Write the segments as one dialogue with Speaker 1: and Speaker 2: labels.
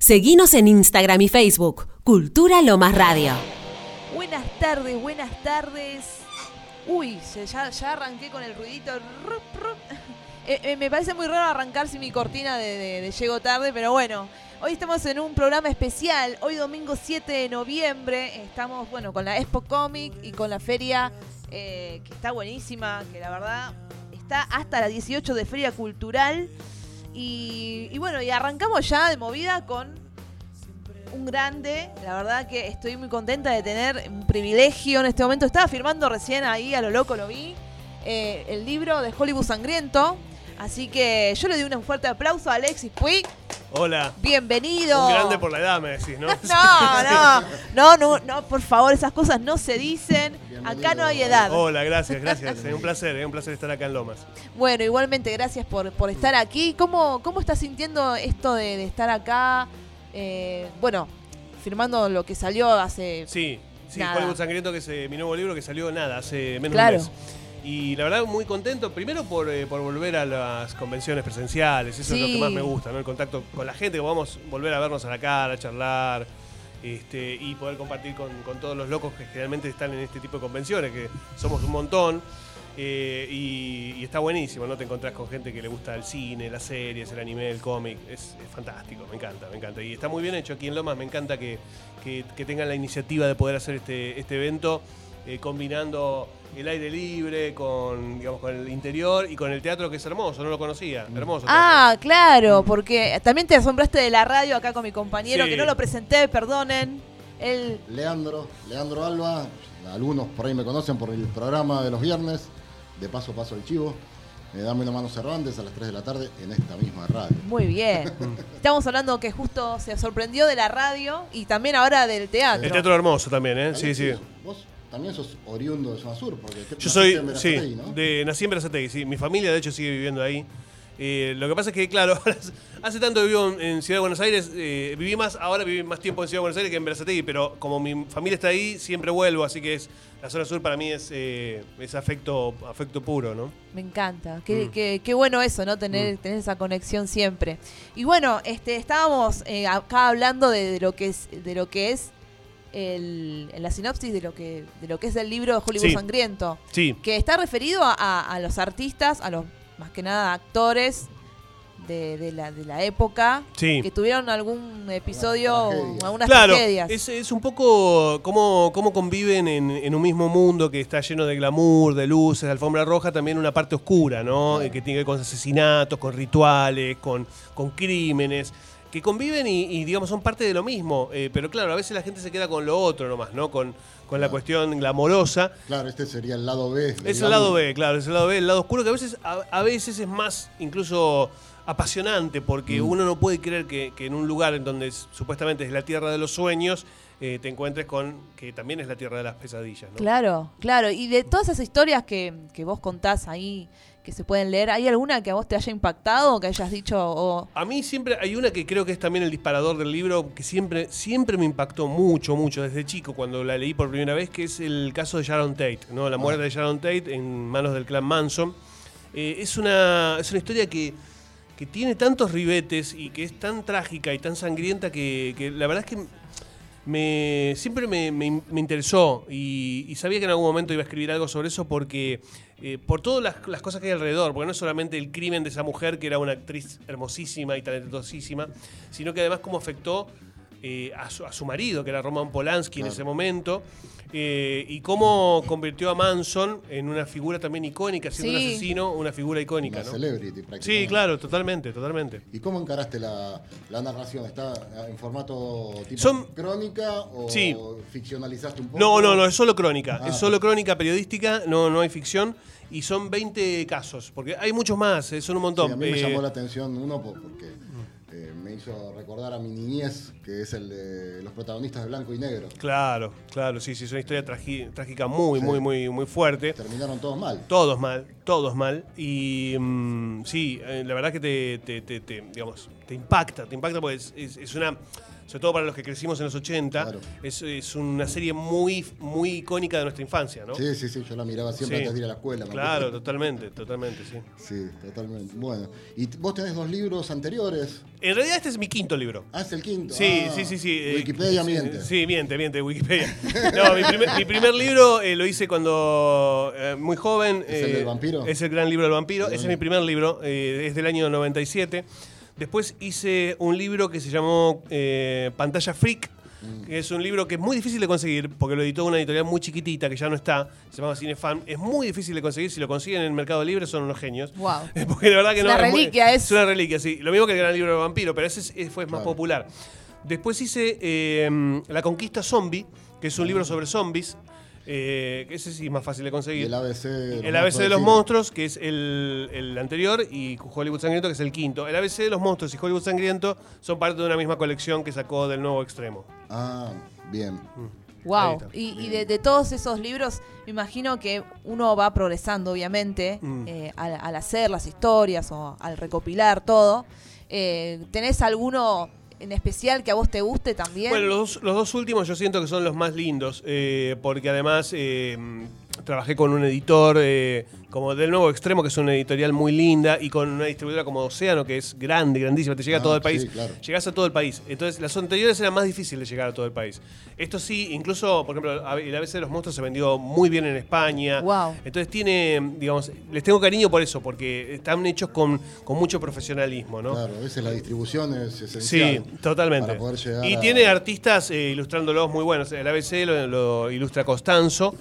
Speaker 1: Seguinos en Instagram y Facebook, Cultura Lomas Radio.
Speaker 2: Buenas tardes, buenas tardes. Uy, se- ya, ya arranqué con el ruidito. Rup, rup. Eh, eh, me parece muy raro arrancar sin mi cortina de, de- de llego tarde, pero bueno. Hoy estamos en un programa especial. Hoy domingo 7 de noviembre estamos, bueno, con la Expo Comic y con la feria eh, que está buenísima, que la verdad está hasta las 18 de feria cultural. Y, y bueno, y arrancamos ya de movida con un grande. La verdad que estoy muy contenta de tener un privilegio en este momento. Estaba firmando recién ahí, a lo loco lo vi, eh, el libro de Hollywood Sangriento. Así que yo le doy un fuerte aplauso a Alexis Puig.
Speaker 3: Hola.
Speaker 2: Bienvenido.
Speaker 3: Un grande por la edad, me decís, ¿no?
Speaker 2: No, no, no, no, no, por favor, esas cosas no se dicen. Acá no hay edad.
Speaker 3: Hola, gracias, gracias. Es un placer, es un placer estar acá en Lomas.
Speaker 2: Bueno, igualmente gracias por, por estar aquí. ¿Cómo, ¿Cómo estás sintiendo esto de, de estar acá? Eh, bueno, firmando lo que salió hace...
Speaker 3: Sí, sí,
Speaker 2: Nada.
Speaker 3: Hollywood Sangriento, que es eh, mi nuevo libro que salió nada, hace menos
Speaker 2: Claro.
Speaker 3: de un mes. Y la verdad, muy contento, primero por, eh, por volver a las convenciones presenciales, eso es lo
Speaker 2: Sí.
Speaker 3: que más me gusta, ¿no? El contacto con la gente, que vamos a volver a vernos a la cara, a charlar. Este, y poder compartir con, con todos los locos que generalmente están en este tipo de convenciones, que somos un montón, eh, y, y está buenísimo, ¿no? Te encontrás con gente que le gusta el cine, las series, el anime, el cómic, es, es fantástico, me encanta, me encanta. Y está muy bien hecho aquí en Lomas, me encanta que, que- que tengan la iniciativa de poder hacer este, este evento, eh, combinando el aire libre con, digamos, con el interior y con el teatro que es hermoso, no lo conocía, hermoso.
Speaker 2: Ah, claro, porque también te asombraste de la radio acá con mi compañero,
Speaker 3: Sí.
Speaker 2: que no lo presenté, perdonen. Él,
Speaker 4: Leandro, Leandro Alba, algunos por ahí me conocen por el programa de los viernes, de paso a paso el chivo. Eh, dame una mano Cervantes a las 3 de la tarde en esta misma radio.
Speaker 2: muy bien. Estamos hablando que justo se sorprendió de la radio y también ahora del teatro.
Speaker 3: El teatro hermoso también, ¿eh? Sí, sí.
Speaker 4: Alexis, Vos también sos oriundo de Zona Sur, porque te
Speaker 3: Yo
Speaker 4: naciste
Speaker 3: soy,
Speaker 4: en Verazategui,
Speaker 3: sí,
Speaker 4: ¿no?
Speaker 3: de, nací en Berazategui, sí. Mi familia, de hecho, sigue viviendo ahí. Eh, lo que pasa es que, claro, hace tanto que vivo en, en Ciudad de Buenos Aires, eh, viví más, ahora viví más tiempo en Ciudad de Buenos Aires que en Berazategui, pero como mi familia está ahí, siempre vuelvo, así que es, la zona sur para mí es, eh, es afecto, afecto puro, ¿no?
Speaker 2: Me encanta. Qué,
Speaker 3: Mm.
Speaker 2: qué- qué bueno eso, ¿no? Tener, tener esa conexión siempre. Y bueno, este, estábamos eh, acá hablando de, de lo que es, de lo que es el, en la sinopsis de lo que, de lo que es el libro de Hollywood
Speaker 3: Sí.
Speaker 2: Sangriento.
Speaker 3: Sí,
Speaker 2: que está referido a, a- a los artistas, a los más que nada actores de, de la, de la época,
Speaker 3: sí.
Speaker 2: que tuvieron algún episodio,
Speaker 4: tragedia.
Speaker 2: algunas
Speaker 3: claro,
Speaker 2: tragedias.
Speaker 3: Es, es un poco cómo, cómo conviven en, en un mismo mundo que está lleno de glamour, de luces, de alfombra roja, también una parte oscura, ¿no? Eh, Que tiene que ver con asesinatos, con rituales, con, con crímenes. Que conviven y, y, digamos, son parte de lo mismo. Eh, pero claro, a veces la gente se queda con lo otro nomás, ¿no? Con, con la cuestión glamorosa.
Speaker 4: Claro, este sería el lado B. del
Speaker 3: Es el
Speaker 4: glamour.
Speaker 3: lado B, claro, es el lado B, el lado oscuro que a veces, a, a veces es más incluso apasionante porque uno no puede creer que, que en un lugar en donde es- supuestamente es la tierra de los sueños eh, te encuentres con que también es la tierra de las pesadillas. ¿no?
Speaker 2: Claro, claro. Y de todas esas historias que, que vos contás ahí, que se pueden leer, ¿hay alguna que a vos te haya impactado, que hayas dicho, oh,
Speaker 3: A mí siempre hay una que creo que es también el disparador del libro que siempre siempre me impactó mucho mucho desde chico cuando la leí por primera vez que es el caso de Sharon Tate, no la muerte de Sharon Tate en manos del clan Manson. Eh, es una es una historia que que tiene tantos ribetes y que es tan trágica y tan sangrienta que, que la verdad es que me, siempre me, me- me interesó y, y sabía que en algún momento iba a escribir algo sobre eso porque eh, por todas las, las cosas que hay alrededor, porque no es solamente el crimen de esa mujer que era una actriz hermosísima y talentosísima, sino que además cómo afectó eh, a, su, a su marido, que era Roman Polanski en ese momento, eh, y cómo convirtió a Manson en una figura también icónica, siendo
Speaker 2: Sí.
Speaker 3: un asesino, una figura icónica.
Speaker 4: Una
Speaker 3: ¿no?
Speaker 4: celebrity prácticamente.
Speaker 3: Sí, claro, totalmente, totalmente.
Speaker 4: ¿Y cómo encaraste la, la narración? ¿Está en formato tipo
Speaker 3: Son-
Speaker 4: crónica o
Speaker 3: Sí.
Speaker 4: ficcionalizaste un poco?
Speaker 3: No, no, no, es solo crónica.
Speaker 4: Ah.
Speaker 3: Es solo crónica periodística, no, no hay ficción. Y son 20 casos, porque hay muchos más, eh, son un montón.
Speaker 4: Sí, a mí me
Speaker 3: Eh,
Speaker 4: llamó la atención uno po- porque eh, me hizo recordar a mi niñez, que es el de los protagonistas de Blanco y Negro.
Speaker 3: Claro, claro, sí, sí, es una historia tragi- trágica muy,
Speaker 4: Sí.
Speaker 3: muy, muy, muy fuerte.
Speaker 4: Terminaron todos mal.
Speaker 3: Todos mal, todos mal. Y mm, sí, eh, la verdad que te, te- te- te, digamos, te impacta, te impacta porque es, es- es una, sobre todo para los que crecimos en los 80,
Speaker 4: Claro.
Speaker 3: es, es una serie muy, muy icónica de nuestra infancia, ¿no?
Speaker 4: Sí, sí, sí, yo la miraba siempre
Speaker 3: Sí.
Speaker 4: antes de ir a la escuela. me
Speaker 3: Claro,
Speaker 4: acuerdo.
Speaker 3: totalmente, totalmente, sí.
Speaker 4: Sí, totalmente. Bueno, y t- vos tenés dos libros anteriores.
Speaker 3: En realidad este es mi quinto libro.
Speaker 4: Ah, es el quinto.
Speaker 3: Sí,
Speaker 4: Ah,
Speaker 3: sí, sí, sí. eh,
Speaker 4: Wikipedia
Speaker 3: sí,
Speaker 4: miente.
Speaker 3: Sí, miente, miente, Wikipedia. No, mi primer, mi primer libro eh, lo hice cuando eh, muy joven.
Speaker 4: ¿Es el
Speaker 3: eh,
Speaker 4: del vampiro?
Speaker 3: Es el gran libro del vampiro.
Speaker 4: Del
Speaker 3: Ese es mi
Speaker 4: vampiro.
Speaker 3: primer libro, eh, es del año 97. Después hice un libro que se llamó eh, Pantalla Freak.
Speaker 4: Mm.
Speaker 3: Que es un libro que es muy difícil de conseguir porque lo editó una editorial muy chiquitita que ya no está, se llama Cinefan. Es muy difícil de conseguir, si lo consiguen en el Mercado Libre son unos genios.
Speaker 2: Wow.
Speaker 3: Porque la verdad que
Speaker 2: Es
Speaker 3: no.
Speaker 2: una
Speaker 3: es muy-
Speaker 2: reliquia, es-
Speaker 3: es una reliquia, sí. Lo mismo que el gran libro de vampiro, pero ese es- ese fue más
Speaker 4: Claro.
Speaker 3: popular. Después hice eh, La Conquista Zombie, que es un libro sobre zombies. eh, que ese sí es más fácil de
Speaker 4: Y
Speaker 3: conseguir.
Speaker 4: el ABC. de
Speaker 3: El ABC de los
Speaker 4: cine.
Speaker 3: monstruos, que es el, el anterior, y Hollywood Sangriento, que es el quinto. El ABC de los monstruos y Hollywood Sangriento son parte de una misma colección que sacó del nuevo extremo.
Speaker 4: Ah, bien.
Speaker 3: Ahí
Speaker 2: Wow.
Speaker 3: está.
Speaker 2: Y, y de, de todos esos libros, me imagino que uno va progresando, obviamente,
Speaker 3: Mm.
Speaker 2: eh, al, al hacer las historias o al recopilar todo. Eh, ¿Tenés alguno en especial que a vos te guste también?
Speaker 3: Bueno, los, dos- los dos últimos yo siento que son los más lindos, eh, porque además eh, trabajé con un editor eh, como del Nuevo Extremo, que es una editorial muy linda, y con una distribuidora como Océano, que es grande, grandísima, te llega a
Speaker 4: Ah,
Speaker 3: todo el
Speaker 4: sí,
Speaker 3: país.
Speaker 4: claro.
Speaker 3: Llegás a todo el país. Entonces, las anteriores eran más difíciles de llegar a todo el país. Esto sí, incluso, por ejemplo, a- el ABC de los monstruos se vendió muy bien en España.
Speaker 2: Guau.
Speaker 3: Entonces tiene, digamos, les tengo cariño por eso, porque están hechos con, con mucho profesionalismo, ¿no?
Speaker 4: Claro, a veces la distribución es
Speaker 3: Sí,
Speaker 4: esencial.
Speaker 3: totalmente.
Speaker 4: Para poder llegar
Speaker 3: y
Speaker 4: a-
Speaker 3: tiene artistas eh, ilustrándolos muy buenos. El ABC lo, lo ilustra Costanzo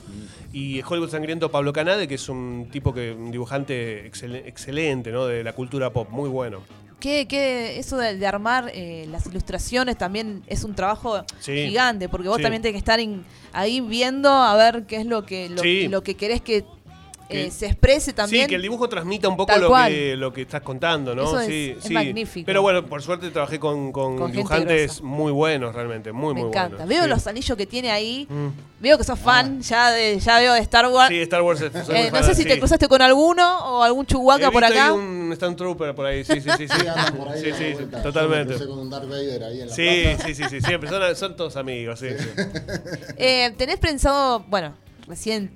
Speaker 3: y Hollywood Sangriento Pablo Canade, que es un tipo que un dibujante excel- excelente, ¿no? De la cultura pop, muy bueno.
Speaker 2: ¿Qué, qué- eso de, de armar eh, las ilustraciones también es un trabajo
Speaker 3: Sí.
Speaker 2: gigante, porque vos
Speaker 3: Sí.
Speaker 2: también tenés que estar in- ahí viendo a ver qué es lo que, lo,
Speaker 3: Sí.
Speaker 2: lo que querés que, eh,
Speaker 3: Que-
Speaker 2: se exprese también.
Speaker 3: Sí, que el dibujo transmita un poco
Speaker 2: Tal
Speaker 3: lo
Speaker 2: cual.
Speaker 3: que, lo que estás contando, ¿no?
Speaker 2: Eso es-
Speaker 3: sí,
Speaker 2: es
Speaker 3: sí.
Speaker 2: magnífico.
Speaker 3: Pero bueno, por suerte trabajé con, con
Speaker 2: Con gente
Speaker 3: dibujantes
Speaker 2: grosa.
Speaker 3: muy buenos, realmente, muy,
Speaker 2: Me
Speaker 3: muy
Speaker 2: encanta.
Speaker 3: buenos.
Speaker 2: Veo
Speaker 3: Sí.
Speaker 2: los anillos que tiene ahí.
Speaker 3: Mm. Ah.
Speaker 2: Veo que sos fan, ya, de, ya veo de Star Wars.
Speaker 3: Sí, Star Wars. es- soy
Speaker 2: Eh,
Speaker 3: muy
Speaker 2: no
Speaker 3: fan,
Speaker 2: sé si te
Speaker 3: sí.
Speaker 2: cruzaste con alguno o algún chubaca
Speaker 3: He
Speaker 2: por
Speaker 3: visto ahí
Speaker 2: acá.
Speaker 3: un Stormtrooper por ahí, sí, sí, sí. Sí,
Speaker 4: Sí, andan por ahí
Speaker 3: Sí,
Speaker 4: dando
Speaker 3: sí, sí,
Speaker 4: vueltas. Yo me
Speaker 3: totalmente.
Speaker 4: crucé con un Darth Vader ahí en la
Speaker 3: Sí,
Speaker 4: plaza.
Speaker 3: sí, sí, sí, siempre. Son, son todos amigos, sí. sí.
Speaker 2: Eh, ¿Tenés pensado, bueno, recién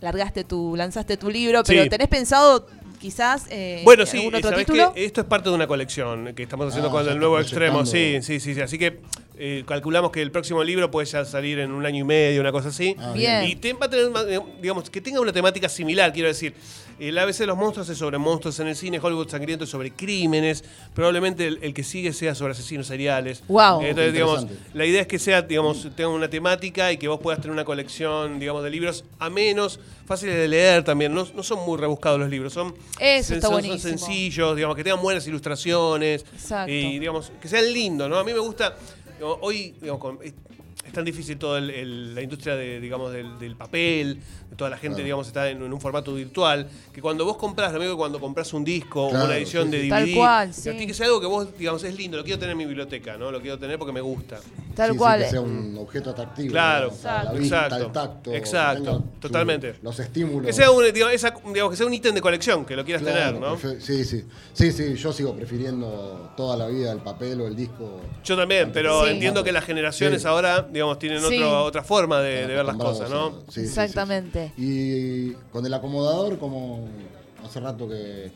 Speaker 2: largaste tu, lanzaste tu libro, pero
Speaker 3: Sí.
Speaker 2: ¿tenés pensado quizás eh,
Speaker 3: Bueno, sí,
Speaker 2: algún
Speaker 3: eh,
Speaker 2: otro
Speaker 3: sabés
Speaker 2: título?
Speaker 3: que esto es parte de una colección que estamos haciendo
Speaker 4: Ah,
Speaker 3: con
Speaker 4: ya
Speaker 3: el
Speaker 4: está
Speaker 3: nuevo extremo, sí,
Speaker 4: proyectando.
Speaker 3: sí, sí, sí. Así que eh, calculamos que el próximo libro puede ya salir en un año y medio, una cosa así.
Speaker 4: Ah,
Speaker 2: Bien.
Speaker 3: Y te- va a tener, más, eh, digamos, que tenga una temática similar, quiero decir. El ABC de los monstruos es sobre monstruos en el cine, Hollywood sangriento es sobre crímenes, probablemente el, el que sigue sea sobre asesinos seriales.
Speaker 2: Guau.
Speaker 3: Eh, Entonces,
Speaker 4: Qué
Speaker 3: digamos,
Speaker 4: interesante.
Speaker 3: la idea es que sea, digamos, tenga una temática y que vos puedas tener una colección, digamos, de libros a menos, fáciles de leer también. No, no son muy rebuscados los libros, son,
Speaker 2: Eso está
Speaker 3: son- son
Speaker 2: buenísimo.
Speaker 3: sencillos, digamos, que tengan buenas ilustraciones.
Speaker 2: Exacto.
Speaker 3: Y, digamos, que sean lindos, ¿no? A mí me gusta. digo, Hoy, digamos, con- es, es tan difícil toda el- el- la industria de, digamos, del, del papel, toda la gente,
Speaker 4: Claro.
Speaker 3: digamos, está en, en un formato virtual, que cuando vos compras, lo mismo que cuando compras un disco o
Speaker 4: Claro,
Speaker 3: una edición
Speaker 4: sí,
Speaker 3: de
Speaker 4: sí.
Speaker 3: DVD,
Speaker 2: Tal cual,
Speaker 3: digo,
Speaker 2: sí.
Speaker 3: tiene que ser algo que vos, digamos, es lindo, lo quiero tener en mi biblioteca, ¿no? Lo quiero tener porque me gusta.
Speaker 2: Tal
Speaker 4: Sí, sí,
Speaker 2: cual. eh.
Speaker 4: que sea un objeto atractivo.
Speaker 3: Claro,
Speaker 4: ¿no? O sea, la
Speaker 2: Exacto.
Speaker 4: vista,
Speaker 3: exacto,
Speaker 4: el tacto.
Speaker 3: exacto,
Speaker 4: que tenga su-
Speaker 3: totalmente.
Speaker 4: Los estímulos.
Speaker 3: Que sea un, digamos, esa- digamos, que sea un ítem de colección, que lo quieras
Speaker 4: Claro,
Speaker 3: tener, ¿no?
Speaker 4: perfe- Sí, sí. Sí, sí, yo sigo prefiriendo toda la vida el papel o el disco.
Speaker 3: Yo también, pero
Speaker 2: Sí.
Speaker 3: entiendo que las generaciones
Speaker 4: Sí.
Speaker 3: ahora, digamos, tienen
Speaker 2: Sí.
Speaker 3: otro- otra forma Eh, de, de ver las
Speaker 4: acostumbrados
Speaker 3: cosas, ¿no?
Speaker 4: a- sí, sí, sí, sí.
Speaker 2: Exactamente.
Speaker 4: Y con el acomodador, como hace rato que,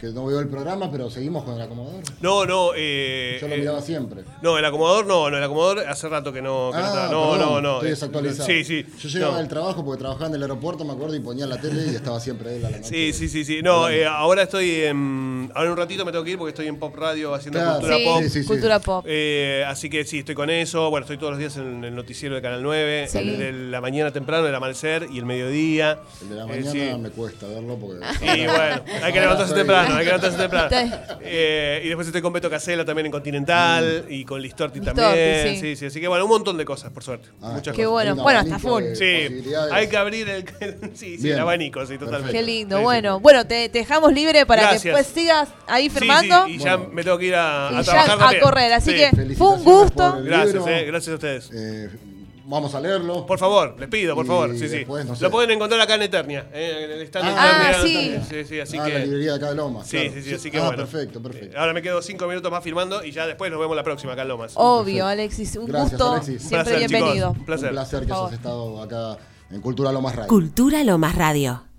Speaker 4: que no veo el programa, pero seguimos con el acomodador.
Speaker 3: No, no, eh,
Speaker 4: Yo lo
Speaker 3: eh,
Speaker 4: miraba siempre.
Speaker 3: No, el acomodador no, no, el acomodador hace rato que no. que no,
Speaker 4: Ah,
Speaker 3: está. no,
Speaker 4: perdón,
Speaker 3: no, no.
Speaker 4: Estoy
Speaker 3: eh,
Speaker 4: desactualizado.
Speaker 3: Sí, sí.
Speaker 4: Yo llegaba
Speaker 3: no.
Speaker 4: del trabajo porque trabajaba en el aeropuerto, me acuerdo, y ponía la tele y estaba siempre él a la noche.
Speaker 3: Sí, sí, sí, sí. No, eh, ahora estoy en. Ahora en un ratito me tengo que ir porque estoy en Pop Radio haciendo
Speaker 4: Claro.
Speaker 3: cultura
Speaker 2: sí,
Speaker 3: pop.
Speaker 4: Sí, sí, sí.
Speaker 2: cultura pop.
Speaker 3: Eh, así que sí, estoy con eso. Bueno, estoy todos los días en el noticiero de Canal 9,
Speaker 2: Sí.
Speaker 3: el de la mañana temprano, el amanecer y el mediodía.
Speaker 4: El de la
Speaker 3: Eh,
Speaker 4: mañana
Speaker 3: sí. Ah.
Speaker 4: me cuesta verlo porque.
Speaker 3: Y bueno, hay que
Speaker 4: Ahora
Speaker 3: levantarse
Speaker 4: estoy-
Speaker 3: temprano, hay que levantarse temprano.
Speaker 2: Está- Mm.
Speaker 3: Eh, y después estoy con Beto Casella también en Continental y con Listorti
Speaker 2: Listorti,
Speaker 3: también.
Speaker 2: sí.
Speaker 3: Sí, sí, así que bueno, un montón de cosas, por suerte.
Speaker 4: Ah,
Speaker 3: Muchas
Speaker 2: Qué
Speaker 3: cosas.
Speaker 2: bueno.
Speaker 4: Hay un
Speaker 2: Bueno, hasta
Speaker 4: abanico
Speaker 2: full.
Speaker 4: de
Speaker 3: Sí,
Speaker 4: posibilidades.
Speaker 3: hay que abrir el, sí, sí,
Speaker 4: Bien.
Speaker 3: el abanico, sí, totalmente.
Speaker 2: Qué
Speaker 4: Perfecto.
Speaker 2: lindo.
Speaker 3: Sí, sí.
Speaker 2: bueno, bueno, te, te dejamos libre para que
Speaker 3: Gracias.
Speaker 2: después sigas ahí
Speaker 3: Sí, sí,
Speaker 2: firmando
Speaker 3: y ya
Speaker 4: Bueno.
Speaker 3: me tengo que ir a, a
Speaker 2: y ya
Speaker 3: trabajar
Speaker 2: a
Speaker 3: también.
Speaker 2: correr. Así
Speaker 3: Sí.
Speaker 2: que fue un
Speaker 4: Felicitaciones
Speaker 2: gusto.
Speaker 4: por el
Speaker 3: Gracias,
Speaker 4: libro.
Speaker 3: eh, gracias a ustedes.
Speaker 4: Eh, Vamos a leerlo.
Speaker 3: Por favor, les pido, por
Speaker 4: Y
Speaker 3: favor. Sí, sí.
Speaker 4: después, no sé.
Speaker 3: Lo pueden encontrar acá en Eternia. eh, en el stand de
Speaker 4: Ah,
Speaker 3: Eternia.
Speaker 2: sí.
Speaker 3: Eternia. Sí, sí, así
Speaker 4: ah, la
Speaker 3: que.
Speaker 4: librería de acá de Lomas.
Speaker 3: Sí,
Speaker 4: claro.
Speaker 3: sí, sí, así que
Speaker 4: ah,
Speaker 3: bueno.
Speaker 4: perfecto,
Speaker 3: Eh,
Speaker 4: perfecto.
Speaker 3: Ahora me quedo cinco minutos más firmando y ya después nos vemos la próxima acá en Lomas.
Speaker 2: Obvio, Alexis. Un
Speaker 4: Gracias,
Speaker 2: gusto.
Speaker 4: Alexis. Un
Speaker 3: Un
Speaker 2: Siempre
Speaker 3: placer, chicos.
Speaker 2: bienvenido.
Speaker 3: Un placer.
Speaker 4: Un placer que
Speaker 2: Por
Speaker 4: hayas estado acá en Cultura Lomas Radio.
Speaker 1: Cultura Lomas Radio.